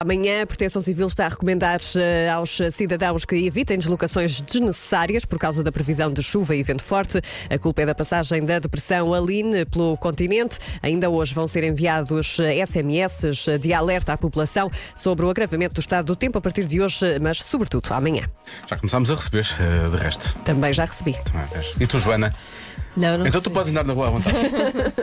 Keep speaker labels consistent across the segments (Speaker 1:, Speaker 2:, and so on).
Speaker 1: Amanhã, a Proteção Civil está a recomendar eh, aos cidadãos que evitem deslocações desnecessárias por causa da previsão de chuva e vento forte. A culpa é da passagem da depressão Aline pelo continente. Ainda hoje vão ser enviados eh, SMS de alerta à população sobre o agravamento do estado do tempo a partir de hoje, eh, mas sobretudo amanhã.
Speaker 2: Já começámos a receber, eh, de resto.
Speaker 1: Também já recebi.
Speaker 2: Também vês. E tu, Joana?
Speaker 1: Não,
Speaker 2: então tu podes andar na rua à vontade.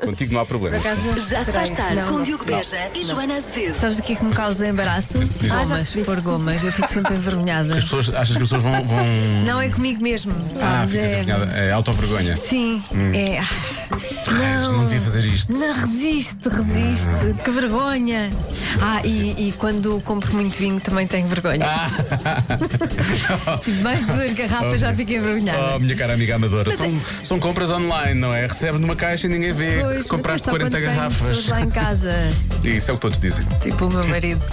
Speaker 2: Contigo não há problema.
Speaker 3: Já se faz tarde com Diogo Beja e Joana Azevedo.
Speaker 4: Sabes o que é que me causa embaraço?
Speaker 2: Ah,
Speaker 4: gomas, por gomas. Eu fico sempre envergonhada.
Speaker 2: As pessoas, achas que as pessoas vão. vão...
Speaker 4: Não é comigo mesmo,
Speaker 2: Ah,
Speaker 4: sabes?
Speaker 2: ficas Hum.
Speaker 4: é...
Speaker 2: apanhada. É auto-vergonha.
Speaker 4: Sim, é. ah,
Speaker 2: Raios, Não devia fazer isto.
Speaker 4: Não resiste, resiste. Que vergonha. Ah, e, e quando compro muito vinho também tenho vergonha.
Speaker 2: Ah.
Speaker 4: Tive mais de duas garrafas já fico envergonhada.
Speaker 2: Oh, minha cara amiga amadora. São, são compras online, não é? Recebes numa caixa Ah, e ninguém vê.
Speaker 4: é- Pois, mas é
Speaker 2: Compraste
Speaker 4: só quando
Speaker 2: 40
Speaker 4: tenho
Speaker 2: garrafas.
Speaker 4: pessoas lá em casa,
Speaker 2: E isso é o que todos dizem.
Speaker 4: tipo o meu marido.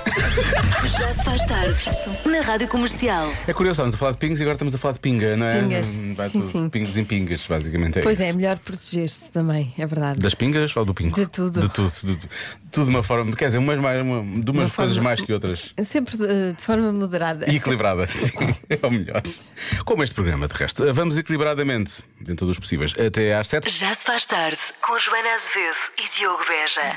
Speaker 3: Já se faz tarde na Rádio Comercial.
Speaker 2: É curioso, estamos a falar de pingos e agora estamos a falar de pinga, não é?
Speaker 4: Pingas.
Speaker 2: Hum, Vai
Speaker 4: Sim,
Speaker 2: tudo
Speaker 4: sim.
Speaker 2: Pingos em pingas, basicamente. É
Speaker 4: Pois
Speaker 2: isso.
Speaker 4: é, melhor proteger-se também, é verdade.
Speaker 2: Das pingas ou do pingo?
Speaker 4: De tudo.
Speaker 2: De tudo, de tudo. Tudo de uma forma. Quer dizer, umas, mais, uma, de umas
Speaker 4: Uma
Speaker 2: coisas
Speaker 4: forma-
Speaker 2: mais que outras.
Speaker 4: Sempre eh, de, de forma moderada.
Speaker 2: E equilibrada, sim, é o melhor. Como este programa, de resto, vamos equilibradamente, dentro dos possíveis, até às 7.
Speaker 3: Já se faz tarde com Joana Azevedo e Diogo Beja.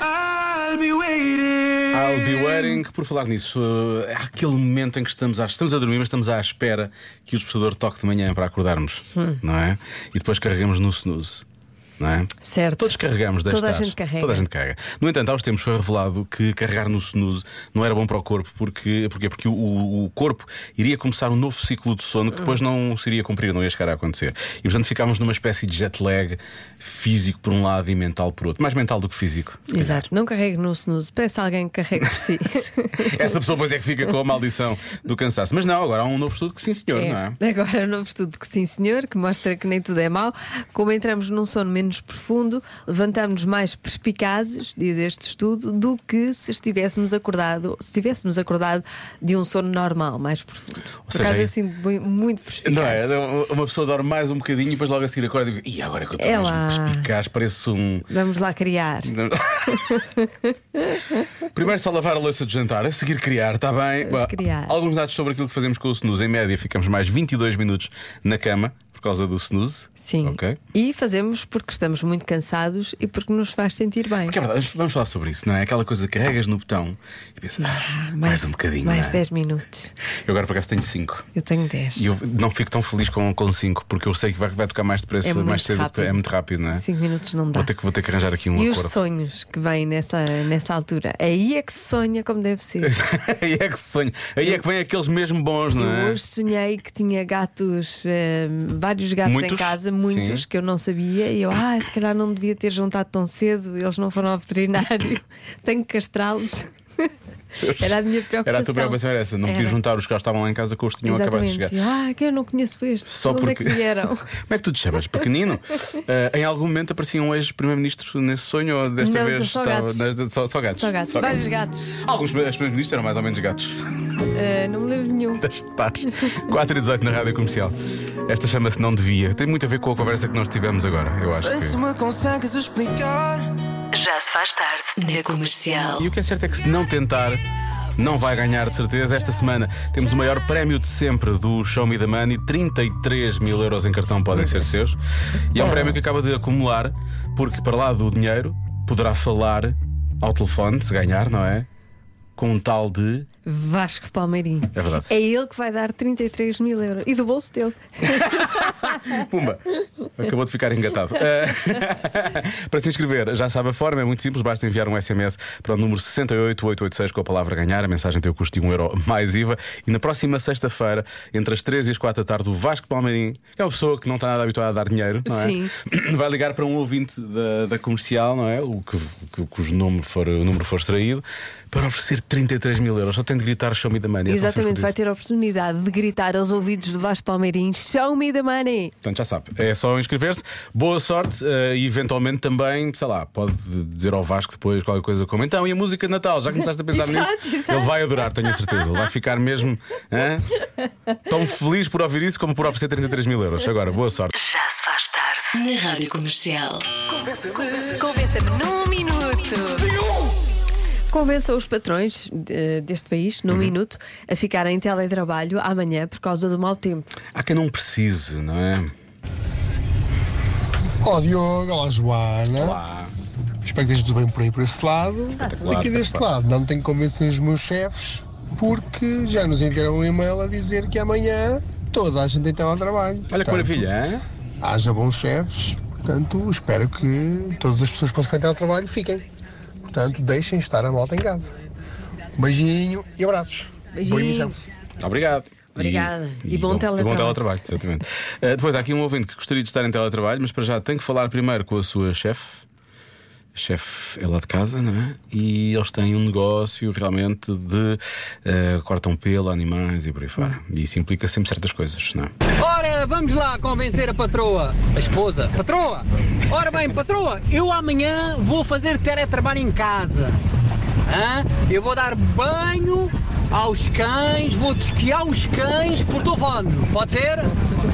Speaker 2: I'll be waiting, por falar nisso, eh, há aquele momento em que estamos à, estamos a dormir, mas estamos à espera que o despertador toque de manhã para acordarmos,
Speaker 4: Hum.
Speaker 2: não é? E depois carregamos no snooze, não é?
Speaker 4: Certo.
Speaker 2: Todos carregamos, deve
Speaker 4: Toda a
Speaker 2: estar.
Speaker 4: gente carrega.
Speaker 2: Toda a gente carrega. No entanto, há uns tempos foi revelado que carregar no snooze não era bom para o corpo, porque, porque, porque o, o corpo iria começar um novo ciclo de sono que
Speaker 4: Hum.
Speaker 2: depois não se iria cumprir, não ia chegar a acontecer. E portanto ficámos numa espécie de jet lag físico por um lado e mental por outro. Mais mental do que físico. se calhar.
Speaker 4: Exato, não carregue no snooze, peça a alguém que carregue por si.
Speaker 2: Essa pessoa depois é que fica com a maldição do cansaço. Mas não, agora há um novo estudo que sim, senhor, não é?
Speaker 4: Agora, um novo estudo que sim, senhor, que mostra que nem tudo é mau. Como entramos num sono menos profundo, levantamos-nos mais perspicazes, diz este estudo, do que se estivéssemos acordado, se tivéssemos acordado de um sono normal, mais profundo. Por
Speaker 2: seja,
Speaker 4: acaso,
Speaker 2: é-
Speaker 4: eu sinto bem- muito perspicaz.
Speaker 2: Não é? Uma pessoa dorme mais um bocadinho e depois logo a seguir acorda e digo, e agora que eu estou
Speaker 4: É lá.
Speaker 2: mesmo perspicaz, pareço um.
Speaker 4: Vamos lá criar.
Speaker 2: Primeiro só lavar a louça de jantar, a seguir criar, está bem?
Speaker 4: Vamos
Speaker 2: Bom,
Speaker 4: criar.
Speaker 2: Alguns dados sobre aquilo que fazemos com o snooze. Em média, ficamos mais 22 minutos na cama por causa do snooze.
Speaker 4: Sim.
Speaker 2: Ok?
Speaker 4: E fazemos porque estamos muito cansados e porque nos faz sentir bem.
Speaker 2: Porque é verdade, vamos falar sobre isso, não é? Aquela coisa que carregas no botão e pensas, ah, mais, um bocadinho.
Speaker 4: Mais
Speaker 2: não é?
Speaker 4: 10 minutos.
Speaker 2: Eu agora por acaso tenho 5.
Speaker 4: Eu tenho 10.
Speaker 2: E eu não fico tão feliz com 5, porque eu sei que vai, vai tocar mais depressa,
Speaker 4: É muito
Speaker 2: mais cedo.
Speaker 4: rápido.
Speaker 2: É muito rápido, não é?
Speaker 4: 5 minutos não dá.
Speaker 2: Vou ter, que, vou ter que arranjar aqui um
Speaker 4: E os
Speaker 2: acordo.
Speaker 4: sonhos que vêm nessa, nessa altura? Aí é que se sonha como deve ser.
Speaker 2: Aí é que se sonha. Aí é que vem aqueles mesmo bons, não é?
Speaker 4: Eu hoje sonhei que tinha gatos, eh, vários gatos
Speaker 2: Muitos?
Speaker 4: em casa, muitos
Speaker 2: Sim.
Speaker 4: que eu não sabia, e eu, ah, se calhar não devia ter juntado tão cedo, eles não foram ao veterinário, tenho que castrá-los. Era a minha preocupação.
Speaker 2: Era a tua preocupação era essa, não
Speaker 4: Era.
Speaker 2: podia juntar os que já estavam lá em casa com os que tinham acabado de
Speaker 4: Exatamente.
Speaker 2: chegar.
Speaker 4: Ah, que eu não conheço este.
Speaker 2: Só
Speaker 4: de onde
Speaker 2: porque-
Speaker 4: é que vieram?
Speaker 2: Como é que tu te chamas? Pequenino? Ah, em algum momento aparecia um ex-primeiro-ministro nesse sonho ou desta
Speaker 4: Não,
Speaker 2: vez
Speaker 4: só gatos.
Speaker 2: nesta- só, só gatos?
Speaker 4: Só gatos, vários gatos.
Speaker 2: Alguns ex-primeiros-ministros eram mais ou menos gatos.
Speaker 4: Eh, não me lembro de nenhum.
Speaker 2: das tardes. 4 e 18 na rádio comercial. Esta chama-se Não Devia. Tem muito a ver com a conversa que nós tivemos agora, eu acho.
Speaker 5: Sei
Speaker 2: Que...
Speaker 5: se me consegues explicar.
Speaker 3: Já se faz tarde na Comercial.
Speaker 2: E o que é certo é que se não tentar. Não vai ganhar, de certeza. Esta semana temos o maior prémio de sempre do Show Me the Money. 33 mil euros em cartão podem ser seus. E é um prémio que acaba de acumular, porque para lá do dinheiro poderá falar ao telefone, se ganhar, não é? Com um tal de.
Speaker 4: Vasco Palmeirim.
Speaker 2: É verdade.
Speaker 4: É ele que vai dar 33 mil euros. E do bolso dele.
Speaker 2: é Pumba! Acabou de ficar engatado. Eh, para se inscrever, já sabe a forma, é muito simples, basta enviar um SMS para o número 68886 com a palavra ganhar. A mensagem tem o custo de 1 euro mais IVA. E na próxima sexta-feira, entre as 3 e as 4 da tarde, o Vasco Palmeirim, que é uma pessoa que não está nada habituada a dar dinheiro, não é?
Speaker 4: Sim.
Speaker 2: vai ligar para um ouvinte da, da comercial, não é? O que, que, cujo número for, o número for extraído, para oferecer 33 mil euros. Só tem de gritar show me É da mania.
Speaker 4: Exatamente, vai ter a oportunidade de gritar aos ouvidos do Vasco Palmeirim: Show me the money!
Speaker 2: Portanto, já sabe, é só inscrever-se. Boa sorte eh, e eventualmente também, sei lá, pode dizer ao Vasco depois qualquer coisa como então, e a música de Natal? Já começaste a pensar
Speaker 4: Exato,
Speaker 2: nisso?
Speaker 4: exato.
Speaker 2: Ele vai adorar, tenho a certeza. Ele vai ficar mesmo hã? tão feliz por ouvir isso como por oferecer 33 mil euros. Agora, boa sorte.
Speaker 3: Já se faz tarde na Rádio Comercial.
Speaker 4: Convença-me num minuto! Convença os patrões eh, deste país,
Speaker 2: Uhum.
Speaker 4: num minuto, a ficarem em teletrabalho amanhã por causa do mau tempo.
Speaker 2: Há quem não precise, não é?
Speaker 6: Ó Diogo, olá Joana.
Speaker 2: Olá.
Speaker 6: Espero que esteja tudo bem por aí por esse lado.
Speaker 2: Espetacular,
Speaker 6: Aqui deste
Speaker 2: espetacular.
Speaker 6: lado não tenho que convencer os meus chefes porque já nos enviaram um e-mail a dizer que amanhã toda a gente tem
Speaker 2: Olha
Speaker 6: teletrabalho.
Speaker 2: que
Speaker 6: Portanto,
Speaker 2: maravilha, hein?
Speaker 6: Haja bons chefes, portanto espero que todas as pessoas que possam ter trabalho fiquem. Portanto, deixem estar a malta em casa. Um beijinho e abraços. Boa emissão.
Speaker 4: Beijinhos.
Speaker 2: Obrigado.
Speaker 4: Obrigada. E bom
Speaker 2: E bom
Speaker 4: teletrabalho.
Speaker 2: teletrabalho, exatamente. Eh, depois há aqui um ouvinte que gostaria de estar em teletrabalho, mas para já tem que falar primeiro com a sua chefe. A Chefe é lá de casa, não é? E eles têm um negócio realmente de eh, cortam pelo, a animais e por aí fora. E isso implica sempre certas coisas, não é?
Speaker 7: Ora, vamos lá convencer a patroa, a esposa, patroa. Ora bem, patroa, eu amanhã vou fazer teletrabalho em casa. Hã? Eu vou dar banho aos cães, vou tosquiar os cães por telefone, pode ser?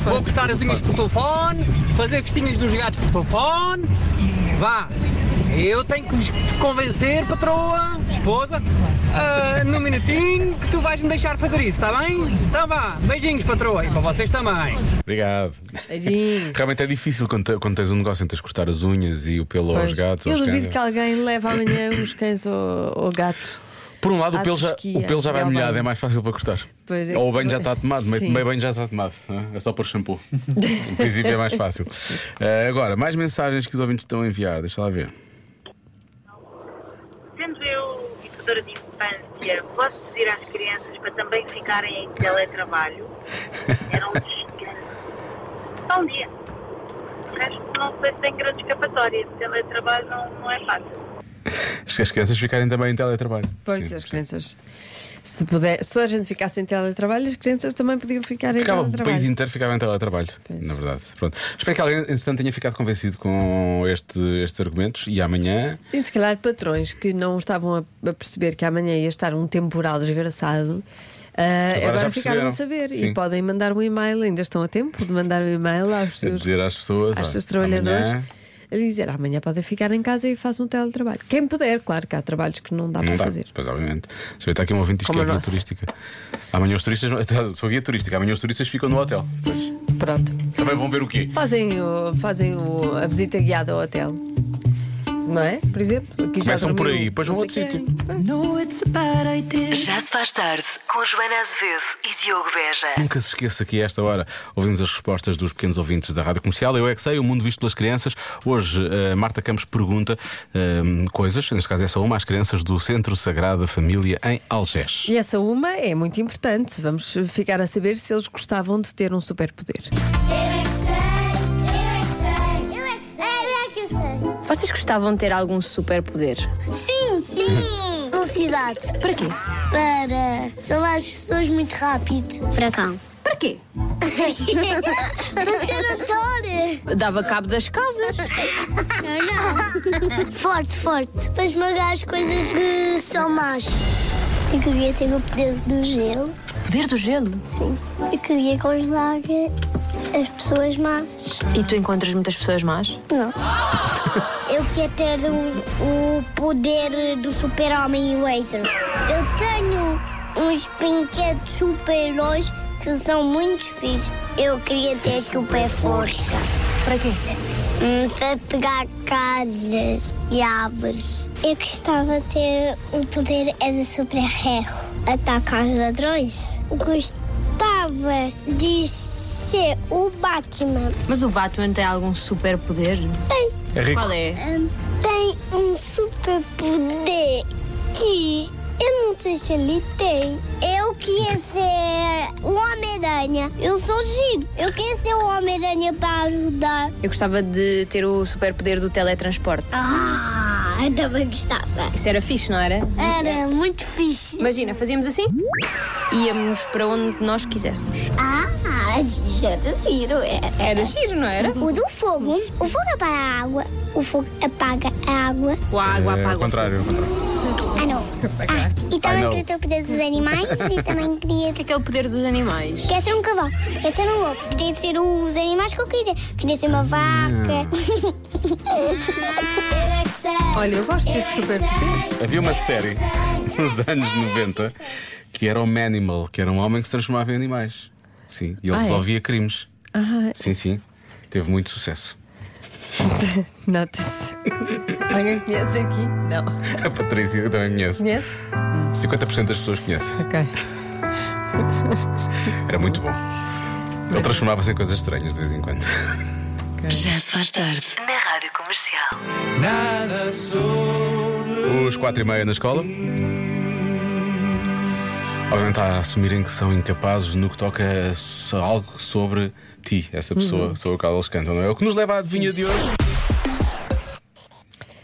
Speaker 7: Vou cortar as unhas por telefone, fazer costinhas dos gatos por telefone. Vá, eu tenho que vos convencer, patroa, esposa, ah, num minutinho que tu vais me deixar fazer isso, está bem? Então vá, beijinhos, patroa, e para vocês também.
Speaker 2: Obrigado.
Speaker 4: Beijinhos.
Speaker 2: Realmente é difícil quando, te- quando tens um negócio entre as cortar as unhas e o pelo aos
Speaker 4: Pois.
Speaker 2: gatos.
Speaker 4: Eu
Speaker 2: aos
Speaker 4: duvido
Speaker 2: cães.
Speaker 4: que alguém leve amanhã os cães ou, ou gatos.
Speaker 2: Por um lado, o
Speaker 4: à
Speaker 2: pelo, já, o
Speaker 4: tosquia
Speaker 2: pelo já
Speaker 4: e
Speaker 2: vai
Speaker 4: ao
Speaker 2: molhado,
Speaker 4: banho.
Speaker 2: é mais fácil para cortar.
Speaker 4: Pois é.
Speaker 2: Ou o banho já está tomado, meio,
Speaker 4: Sim.
Speaker 2: meio banho já está tomado. não é? É só pôr shampoo. em princípio é mais fácil. Eh, agora, mais mensagens que os ouvintes estão a enviar, deixa lá ver.
Speaker 8: Sendo eu educadora de infância, posso pedir às crianças para também ficarem em teletrabalho? Era um descanso. Só um dia. O resto não sei se tem grande escapatória. Teletrabalho não, não é fácil.
Speaker 2: Se as crianças ficarem também em teletrabalho.
Speaker 4: Pois
Speaker 2: Sim.
Speaker 4: as crianças. Se, puder, se toda a gente ficasse em teletrabalho, as crianças também podiam ficar em
Speaker 2: Ficava, o
Speaker 4: teletrabalho.
Speaker 2: país inteiro ficava em teletrabalho, na verdade. Pronto. Espero que alguém, entretanto, tenha ficado convencido com este- estes argumentos e amanhã.
Speaker 4: Sim, se calhar patrões que não estavam a, a perceber que amanhã ia estar um temporal desgraçado, ah,
Speaker 2: já
Speaker 4: agora, ficaram
Speaker 2: perceberam.
Speaker 4: a saber
Speaker 2: Sim.
Speaker 4: e podem mandar um e-mail, ainda estão a tempo de mandar um e-mail aos
Speaker 2: A
Speaker 4: seus,
Speaker 2: dizer às pessoas.
Speaker 4: aos
Speaker 2: olha,
Speaker 4: seus trabalhadores.
Speaker 2: amanhã
Speaker 4: A dizer, amanhã podem ficar em casa e façam um teletrabalho. Quem puder, claro que há trabalhos que não dá
Speaker 2: Não
Speaker 4: para
Speaker 2: dá,
Speaker 4: fazer.
Speaker 2: Tá, Pois, obviamente. Deixa eu ver, está aqui um ouvinte diz que
Speaker 4: Como
Speaker 2: é
Speaker 4: o
Speaker 2: guia
Speaker 4: nosso.
Speaker 2: turística. Amanhã os turistas. tá, Sou guia turística, amanhã os turistas ficam no hotel. Pois.
Speaker 4: Pronto.
Speaker 2: Também vão ver o quê?
Speaker 4: Fazem, o- fazem o- a visita guiada ao hotel. Não é? Por exemplo, aqui já
Speaker 2: Começam por
Speaker 4: dormiu
Speaker 2: aí, depois vão
Speaker 4: não
Speaker 2: a outro
Speaker 4: sei
Speaker 2: sítio.
Speaker 4: quem.
Speaker 3: Já se faz tarde com Joana Azevedo e Diogo Beja.
Speaker 2: Nunca se esqueça que a esta hora ouvimos as respostas dos pequenos ouvintes da Rádio Comercial. Eu é que sei, o mundo visto pelas crianças. Hoje, eh, Marta Campos pergunta eh, coisas, neste caso é só uma, às crianças do Centro Sagrado da Família em Algés.
Speaker 4: E essa uma é muito importante. Vamos ficar a saber se eles gostavam de ter um superpoder.
Speaker 9: é é
Speaker 10: Vocês gostavam de ter algum superpoder?
Speaker 9: Sim, sim. Velocidade.
Speaker 10: Para quê?
Speaker 9: Para salvar as pessoas muito rápido. Furacão.
Speaker 10: Para quê?
Speaker 9: Para ser ator.
Speaker 10: Dava cabo das casas.
Speaker 9: Forte, forte. Para esmagar as coisas que são más. Eu queria ter o poder do gelo.
Speaker 10: Poder do gelo.
Speaker 9: Sim. Eu queria congelar as pessoas más.
Speaker 10: E tu encontras muitas pessoas más?
Speaker 9: Não. Eu quero ter o, o poder do super-homem e o Laser. Eu tenho uns brinquedos super-heróis que são muito fixos. Eu queria ter super-força
Speaker 10: Para quê?
Speaker 9: hum, para pegar casas e árvores. Eu gostava de ter um poder é do super-herro. Atacar os ladrões. Gostava de ser o Batman.
Speaker 10: Mas o Batman tem algum superpoder?
Speaker 2: É rico.
Speaker 10: Qual é?
Speaker 9: Hum, tem um super poder que eu não sei se ele tem. Eu queria ser o Homem-Aranha. Eu sou giro. Eu queria ser o Homem-Aranha para ajudar.
Speaker 10: Eu gostava de ter o superpoder do teletransporte.
Speaker 9: Ah, eu também gostava.
Speaker 10: Isso era fixe, não era?
Speaker 9: Era É, muito fixe.
Speaker 10: Imagina, fazíamos assim. Íamos para onde nós quiséssemos.
Speaker 9: Ah, já te giro, é.
Speaker 10: Era giro, não era?
Speaker 9: O do fogo. O fogo é apaga a água. O fogo apaga a água.
Speaker 10: O água
Speaker 2: É,
Speaker 10: apaga
Speaker 2: ao contrário, ao contrário.
Speaker 9: Ah, não. Ah, e
Speaker 2: I
Speaker 9: também
Speaker 2: know.
Speaker 9: queria ter o poder dos animais e também queria. O
Speaker 10: que é que é o poder dos animais?
Speaker 9: Quer ser um cavalo, quer ser um lobo, queria ser os animais que eu queria. Queria ser uma vaca. Eu é que sei.
Speaker 4: Olha, eu gosto deste
Speaker 9: É.
Speaker 4: super.
Speaker 2: Havia uma série nos anos 90 que era o Manimal, que era um homem que se transformava em animais. Sim, e ele
Speaker 4: Ah, é?
Speaker 2: resolvia crimes.
Speaker 4: Ah,
Speaker 2: Sim, sim. Teve muito sucesso.
Speaker 4: nota-se. Alguém conhece aqui? Não.
Speaker 2: A Patrícia eu também conhece.
Speaker 4: Conheces?
Speaker 2: 50% das pessoas conhecem.
Speaker 4: Ok.
Speaker 2: Era muito bom. Ele transformava-se em coisas estranhas de vez em quando.
Speaker 3: Já se faz tarde na Rádio Comercial.
Speaker 5: Nada sobre.
Speaker 2: Os 4 e meia na escola. Obviamente há a assumirem que são incapazes no que toca a so- algo sobre ti, essa pessoa
Speaker 3: Uhum.
Speaker 2: sobre a qual eles cantam, não é? O que nos leva à adivinha de hoje.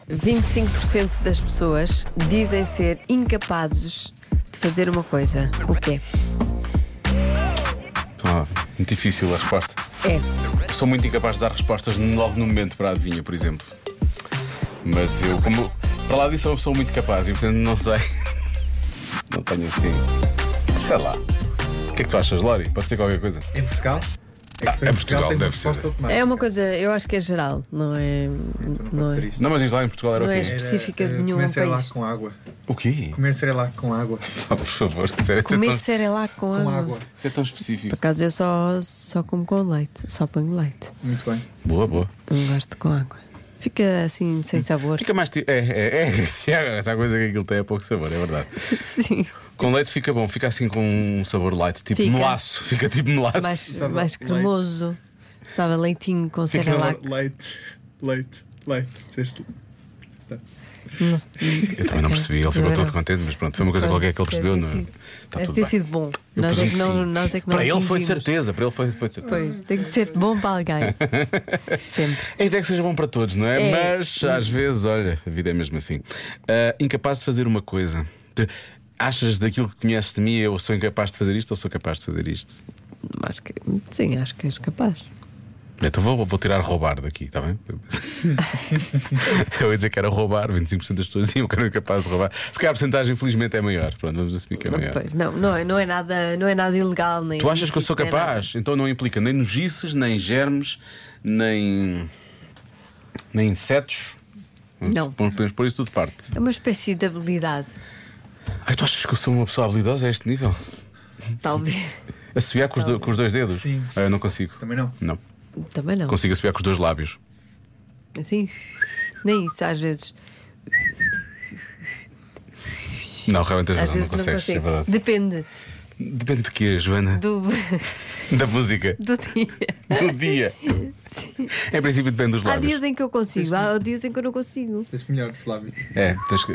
Speaker 4: 25% das pessoas dizem ser incapazes de fazer uma coisa. O quê?
Speaker 2: Ah, muito difícil a resposta.
Speaker 4: É.
Speaker 2: Sou muito incapaz de dar respostas logo no momento para a adivinha, por exemplo. Mas eu, como. Para lá disso, eu sou muito capaz e portanto não sei. Não tenho assim. Sei lá. O que é que tu achas, Lori? Pode ser qualquer coisa?
Speaker 11: Em Portugal?
Speaker 2: Ah, em Portugal deve ser.
Speaker 4: É uma coisa, eu acho que é geral, não é. Não é.
Speaker 2: Não, mas diz lá em Portugal era
Speaker 4: Não
Speaker 2: o
Speaker 4: é
Speaker 2: quê?
Speaker 4: específica de nenhum
Speaker 11: Comer cerealac
Speaker 4: país.
Speaker 11: com água.
Speaker 2: O quê?
Speaker 11: Comer cerealac com água.
Speaker 2: Ah, por favor, sério, isso é
Speaker 4: Comer
Speaker 2: tão-
Speaker 4: cerealac com
Speaker 11: Então, Com
Speaker 4: água.
Speaker 11: água.
Speaker 2: isso é tão específico.
Speaker 4: Por acaso eu só, só como com leite, só ponho leite.
Speaker 11: Muito bem.
Speaker 2: Boa, boa.
Speaker 4: Eu não gosto com água. Fica assim sem sabor.
Speaker 2: Fica mais. ti- É, é, é. Se há essa coisa que aquilo tem é pouco sabor, é verdade.
Speaker 4: Sim.
Speaker 2: Com leite fica bom, fica assim com um sabor light, tipo
Speaker 4: Fica.
Speaker 2: melaço. Fica tipo melaço.
Speaker 4: Mais,
Speaker 11: Sabe
Speaker 4: mais
Speaker 11: leite.
Speaker 4: cremoso. Sabe, a leitinho com
Speaker 11: Tem que
Speaker 4: cerealac.
Speaker 11: levar Leite, leite, leite. Dizeste-
Speaker 4: Não-
Speaker 2: Eu também não
Speaker 4: Ok.
Speaker 2: percebi, ele ficou
Speaker 4: Agora-
Speaker 2: todo contente, mas pronto, foi uma coisa
Speaker 4: Pronto,
Speaker 2: qualquer que ele
Speaker 4: deve
Speaker 2: percebeu.
Speaker 4: ter
Speaker 2: Não...
Speaker 4: sido.
Speaker 2: Está
Speaker 4: Deve
Speaker 2: tudo
Speaker 4: ter
Speaker 2: bem.
Speaker 4: sido bom.
Speaker 2: Eu
Speaker 4: Nós é
Speaker 2: presumo
Speaker 4: que
Speaker 2: que
Speaker 4: não,
Speaker 2: sim.
Speaker 4: nós é que não
Speaker 2: Para ele foi de
Speaker 4: atingimos.
Speaker 2: certeza, para ele foi, foi de certeza.
Speaker 4: Pois, tem que ser bom para alguém. Sempre.
Speaker 2: A ideia é que seja bom para todos, não é?
Speaker 4: É.
Speaker 2: Mas às vezes, olha, a vida é mesmo assim. Ah, incapaz de fazer uma coisa. De- Achas daquilo que conheces de mim, eu sou incapaz de fazer isto ou sou capaz de fazer isto?
Speaker 4: Acho que, sim, acho que és capaz.
Speaker 2: Então vou, vou tirar roubar daqui, está bem? eu ia dizer que era roubar, 25% das pessoas diziam que eram capazes de roubar. Se calhar a porcentagem, infelizmente, é maior. Pronto, vamos assumir que é maior.
Speaker 4: Pois, não, não, é- não, é nada, não é nada ilegal. Nem
Speaker 2: Tu achas que eu sou
Speaker 4: ilícito, nem nada.
Speaker 2: capaz? Então não implica nem nojices, nem germes, nem. nem insetos.
Speaker 4: Não.
Speaker 2: Vamos- Podemos pôr isso tudo de parte.
Speaker 4: É uma espécie de habilidade,
Speaker 2: Ai, tu achas que eu sou uma pessoa habilidosa a este nível?
Speaker 4: talvez.
Speaker 2: A subiar com, os do- com os dois dedos?
Speaker 11: Sim.
Speaker 2: Ah, eu não consigo.
Speaker 11: Também não.
Speaker 2: Não.
Speaker 4: Também não.
Speaker 2: Consigo assobiar com os dois lábios.
Speaker 4: Assim, nem isso às vezes.
Speaker 2: Não, realmente às
Speaker 4: Às
Speaker 2: vezes
Speaker 4: vezes
Speaker 2: não
Speaker 4: não
Speaker 2: consegues. é
Speaker 4: consigo.
Speaker 2: verdade.
Speaker 4: Depende
Speaker 2: Depende de quê, Joana?
Speaker 4: do,
Speaker 2: Da música.
Speaker 4: do dia.
Speaker 2: Do dia.
Speaker 4: Sim.
Speaker 2: Em princípio depende dos
Speaker 4: Há
Speaker 2: lábios.
Speaker 4: dias em que eu consigo, há dias em que eu não consigo.
Speaker 11: Tens melhores lábios.
Speaker 2: É, tens que-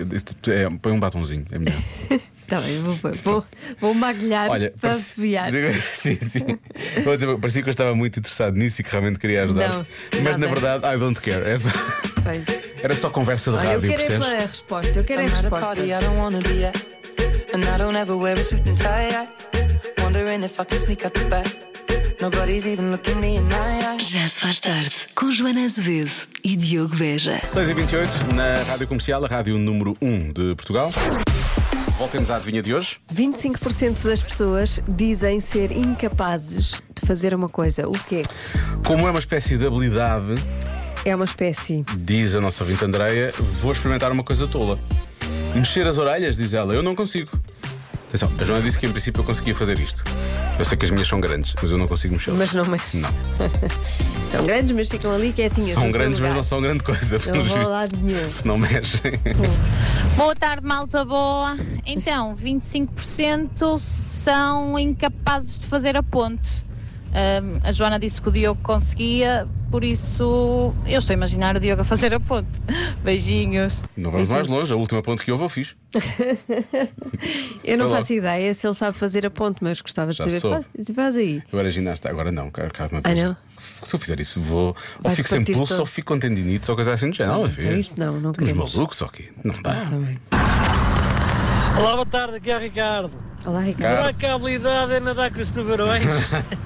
Speaker 2: é, põe um batonzinho. É melhor.
Speaker 4: Está Tá bem, vou, vou, vou maquilhar para
Speaker 2: parece-
Speaker 4: desviar.
Speaker 2: Sim, sim. Vou dizer, parecia que eu estava muito interessado nisso e que realmente queria ajudar.
Speaker 4: Não,
Speaker 2: Mas na
Speaker 4: nada.
Speaker 2: verdade, I don't care. É só-
Speaker 4: Pois.
Speaker 2: Era só conversa de
Speaker 4: Olha, eu
Speaker 2: rádio,
Speaker 4: quero é
Speaker 2: percebes?
Speaker 4: pela resposta, eu quero é
Speaker 5: I'm at a party I
Speaker 4: resposta.
Speaker 5: don't wanna be at. And I don't ever wear a suit and tie. I- Wondering if I can sneak out the back. Nobody's even looking me in my eyes.
Speaker 3: Já se faz tarde com Joana Azevedo e Diogo Veja.
Speaker 2: 6h28 na Rádio Comercial, a rádio número 1 de Portugal. Voltemos à adivinha de hoje.
Speaker 4: 25% das pessoas dizem ser incapazes de fazer uma coisa. O quê?
Speaker 2: Como é uma espécie de habilidade,
Speaker 4: É uma espécie.
Speaker 2: diz a nossa ouvinte Andreia, vou experimentar uma coisa tola. Mexer as orelhas, diz ela, eu não consigo. Atenção, a Joana disse que em princípio eu conseguia fazer isto. Eu sei que as minhas são grandes, mas eu não consigo mexer.
Speaker 4: Mas não mexe.
Speaker 2: Não.
Speaker 4: São grandes, mas ficam ali quietinhas.
Speaker 2: São
Speaker 4: no seu
Speaker 2: grandes, mas
Speaker 4: lugar.
Speaker 2: não são grande coisa.
Speaker 4: Não
Speaker 2: pelos
Speaker 4: vão a
Speaker 2: vistos.
Speaker 4: lado nenhum.
Speaker 2: Se não mexem.
Speaker 12: Boa tarde, malta Tá boa. Então, 25% são incapazes de fazer a ponte. Ahm, a Joana disse que o Diogo conseguia, por isso eu estou a imaginar o Diogo a fazer a ponte. Beijinhos.
Speaker 2: Não vamos mais longe, a última ponte que houve eu fiz.
Speaker 4: Eu
Speaker 2: Foi
Speaker 4: não
Speaker 2: lá.
Speaker 4: faço ideia se ele sabe fazer a ponte, mas gostava de
Speaker 2: Já
Speaker 4: saber.
Speaker 2: soube.
Speaker 4: Faz, faz aí.
Speaker 2: Eu era ginasta, agora não, cara, cara, uma
Speaker 4: Ah,
Speaker 2: coisa.
Speaker 4: não?
Speaker 2: Se eu fizer isso, vou. Ou
Speaker 4: Vais
Speaker 2: fico sem
Speaker 4: partir
Speaker 2: pulso,
Speaker 4: todo.
Speaker 2: ou fico com tendinite, ou coisa assim do género. Não,
Speaker 4: Então isso Então. não, não
Speaker 2: Estamos
Speaker 4: queremos.
Speaker 2: malucos, ou quê? Não dá.
Speaker 4: Também.
Speaker 13: Olá, boa tarde, aqui é o Ricardo.
Speaker 4: Olá,
Speaker 13: Ricardo. Será que a habilidade é nadar com os tubarões?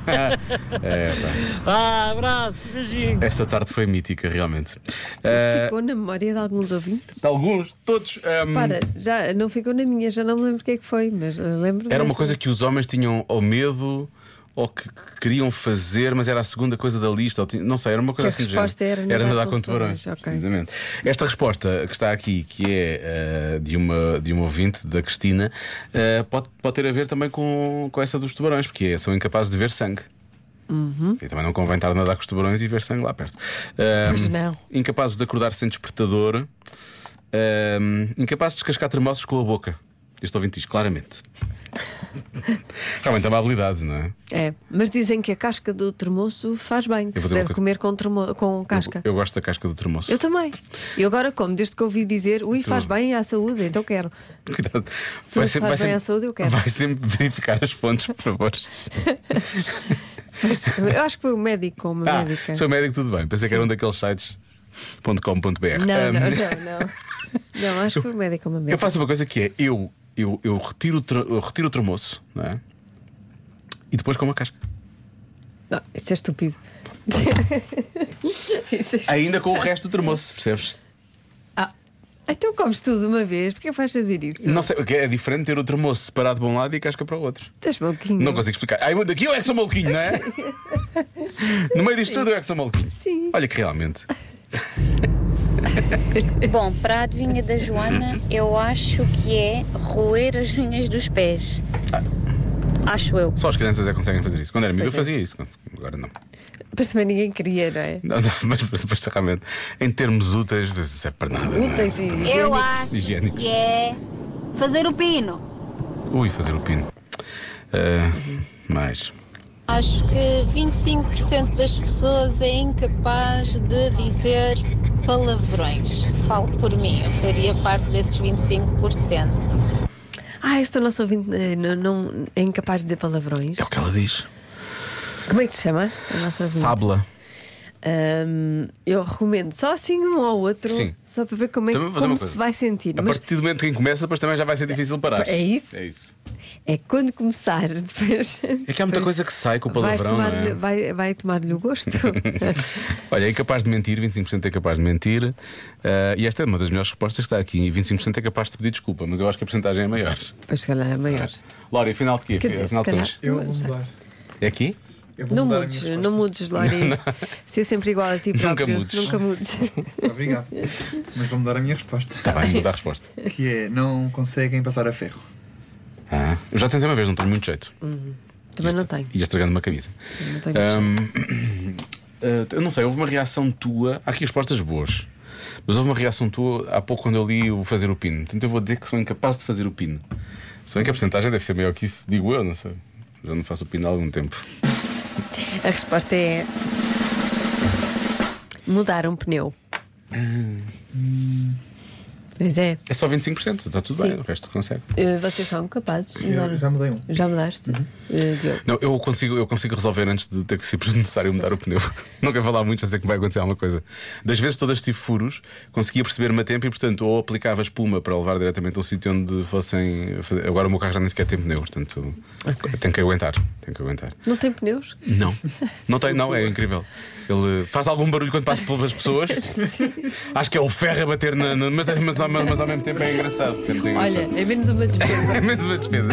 Speaker 2: É, pá.
Speaker 13: ah, abraço, beijinho.
Speaker 2: Essa tarde foi mítica, realmente. Eh,
Speaker 4: Ficou na memória de alguns ouvintes?
Speaker 2: de alguns, todos. ehm,
Speaker 4: Para, já não ficou na minha, já não me lembro o que é que foi, mas eh, lembro-me.
Speaker 2: Era uma
Speaker 4: dessa.
Speaker 2: coisa que os homens tinham ou medo ou que queriam fazer, mas era a segunda coisa da lista. ou ti- não sei, era uma coisa
Speaker 4: Que a
Speaker 2: assim do género.
Speaker 4: resposta era nadar com
Speaker 2: com tubarões.
Speaker 4: tubarões, ok.
Speaker 2: Precisamente. Esta resposta que está aqui, que é eh, de, uma, de uma ouvinte, da Cristina, eh, pode, pode ter a ver também com, com essa dos tubarões, porque é, são incapazes de ver sangue.
Speaker 4: Uhum.
Speaker 2: E também não convém estar a nadar com os tubarões e ver sangue lá perto. Ahm,
Speaker 4: Pois não.
Speaker 2: Incapazes de acordar sem despertador. Ahm, incapazes de descascar termossos com a boca. Este ouvinte diz claramente. Realmente é uma habilidade, não é?
Speaker 4: É, mas dizem que a casca do termoço faz bem, que
Speaker 2: vou
Speaker 4: se
Speaker 2: dizer uma
Speaker 4: deve
Speaker 2: coisa.
Speaker 4: comer com, termo- com casca.
Speaker 2: Eu gosto da casca do termoço.
Speaker 4: Eu também. E agora como? Desde que ouvi dizer, ui,
Speaker 2: Tu-
Speaker 4: faz bem à saúde, então quero.
Speaker 2: Cuidado.
Speaker 4: Se faz bem à saúde, eu quero.
Speaker 2: vai sempre verificar as fontes, por favor.
Speaker 4: Mas eu acho que foi o médico ou uma
Speaker 2: Ah,
Speaker 4: médica.
Speaker 2: sou médico, tudo bem. Pensei que era um daqueles sites. .com.br
Speaker 4: Não, não,
Speaker 2: Ahm,
Speaker 4: não, não. Não, acho que foi o médico ou uma médica.
Speaker 2: Um, Eu faço uma coisa que é: eu, eu, eu retiro, o tra- eu retiro o tremoço, não é? E depois como a casca.
Speaker 4: Não, isso é estúpido. Isso é estúpido.
Speaker 2: Ainda com o resto do tremoço, percebes?
Speaker 4: Então comes tudo de uma vez, porque vais fazer isso?
Speaker 2: Não sei, porque é diferente ter o tremoço separado de um lado e a casca para o outro.
Speaker 4: Estás maluquinho.
Speaker 2: Não consigo explicar. Ai, onde aqui eu é que sou maluquinho, não é? No meio disto
Speaker 14: Sim.
Speaker 2: tudo eu é que sou maluquinho.
Speaker 4: Sim.
Speaker 2: Olha que realmente.
Speaker 14: Bom, para a adivinha da Joana, eu acho que é roer as unhas dos pés. Acho eu.
Speaker 2: Só as crianças é que conseguem fazer isso. Quando era miúdo eu
Speaker 4: Pois é.
Speaker 2: fazia isso. Agora não.
Speaker 4: Mas também ninguém queria, não é?
Speaker 2: Não, não, mas depois realmente, em termos úteis, não serve para nada. não é?
Speaker 4: Úteis e
Speaker 12: Eu
Speaker 4: higiênicos.
Speaker 12: acho
Speaker 2: Higiênicos.
Speaker 12: que é fazer o pino.
Speaker 2: Ui, fazer o pino. Ah, mais.
Speaker 15: Acho que 25% das pessoas é incapaz de dizer palavrões. Falo por mim, eu faria parte desses 25%.
Speaker 4: Ah, esta nossa ouvinte eh, não, não- é incapaz de dizer palavrões.
Speaker 2: É O que ela diz?
Speaker 4: Como é que se chama? A nossa ouvinte?
Speaker 2: Sábula.
Speaker 4: Ahm, eu recomendo só assim um ao outro,
Speaker 2: Sim.
Speaker 4: só para ver como, é,
Speaker 2: Também vou fazer
Speaker 4: como
Speaker 2: uma
Speaker 4: se
Speaker 2: coisa.
Speaker 4: vai sentir.
Speaker 2: A
Speaker 4: Mas
Speaker 2: partir do momento em que começa, depois também já vai ser difícil parar.
Speaker 4: É isso.
Speaker 2: É isso.
Speaker 4: é quando começares, depois.
Speaker 2: É que há muita coisa que sai com o
Speaker 4: vais
Speaker 2: palavrão.
Speaker 4: tomar,
Speaker 2: não é?
Speaker 4: vai, vai tomar-lhe o gosto.
Speaker 2: Olha, é capaz de mentir, 25% é capaz de mentir. ah, e esta é uma das melhores respostas que está aqui. E 25% é capaz de pedir desculpa, mas eu acho que a porcentagem é maior.
Speaker 4: Pois se calhar é maior.
Speaker 2: Laura, afinal de quê?
Speaker 4: Quer dizer,
Speaker 2: afinal
Speaker 4: se
Speaker 2: de
Speaker 4: calhar-
Speaker 2: contas?
Speaker 4: Eu vou mudar.
Speaker 2: É aqui?
Speaker 4: Não mudes, não mudes, Lori.
Speaker 11: Não,
Speaker 4: Ser sempre igual a ti
Speaker 11: Nunca
Speaker 4: próprio.
Speaker 11: mudes.
Speaker 4: Nunca mudes.
Speaker 11: Obrigado. Mas vou mudar a minha resposta.
Speaker 2: Está Tá bem, muda a resposta.
Speaker 11: Que é: não conseguem passar a ferro.
Speaker 2: Ah, eu já tentei uma vez, não tenho muito jeito.
Speaker 4: Também não tenho.
Speaker 2: Ia estragando uma camisa.
Speaker 4: Não tenho
Speaker 2: Ahm, ah, eu não sei, houve uma reação tua. Há aqui respostas boas. Mas houve uma reação tua há pouco quando eu li o fazer o pino. Portanto, eu vou dizer que sou incapaz de fazer o pino. Se bem que a porcentagem deve ser maior que isso, digo eu, não sei. Já não faço o pino há algum tempo.
Speaker 4: A resposta é. Mudar um pneu. Pois é.
Speaker 2: É só 25%, está tudo
Speaker 4: Sim.
Speaker 2: bem, o resto consegue.
Speaker 4: Eh, Vocês são capazes de mudar.
Speaker 11: já mudei um.
Speaker 4: Já mudaste? Eh, Diogo.
Speaker 2: Não, eu consigo, eu consigo resolver antes de ter que ser necessário mudar o pneu. Não quero falar muito, já sei que vai acontecer alguma coisa. Das vezes todas tive furos, conseguia perceber-me a tempo e, portanto, ou aplicava espuma para levar diretamente ao sítio onde fossem. fazer- Agora o meu carro já nem sequer tem pneu, portanto, tenho que aguentar. Tenho que aguentar.
Speaker 4: Não tem pneus?
Speaker 2: Não, não tem, não, é incrível. Ele faz algum barulho quando passa pelas pessoas. Acho que é o ferro a bater na. na- mas, é- mas, ao- mas ao mesmo tempo é engraçado. É muito engraçado.
Speaker 4: Olha, é menos uma despesa.
Speaker 2: É menos uma despesa.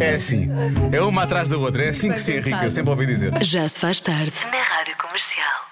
Speaker 2: É assim. É uma atrás da outra. É assim que se enriquece. Eu sempre ouvi dizer.
Speaker 3: Já se faz tarde na Rádio Comercial.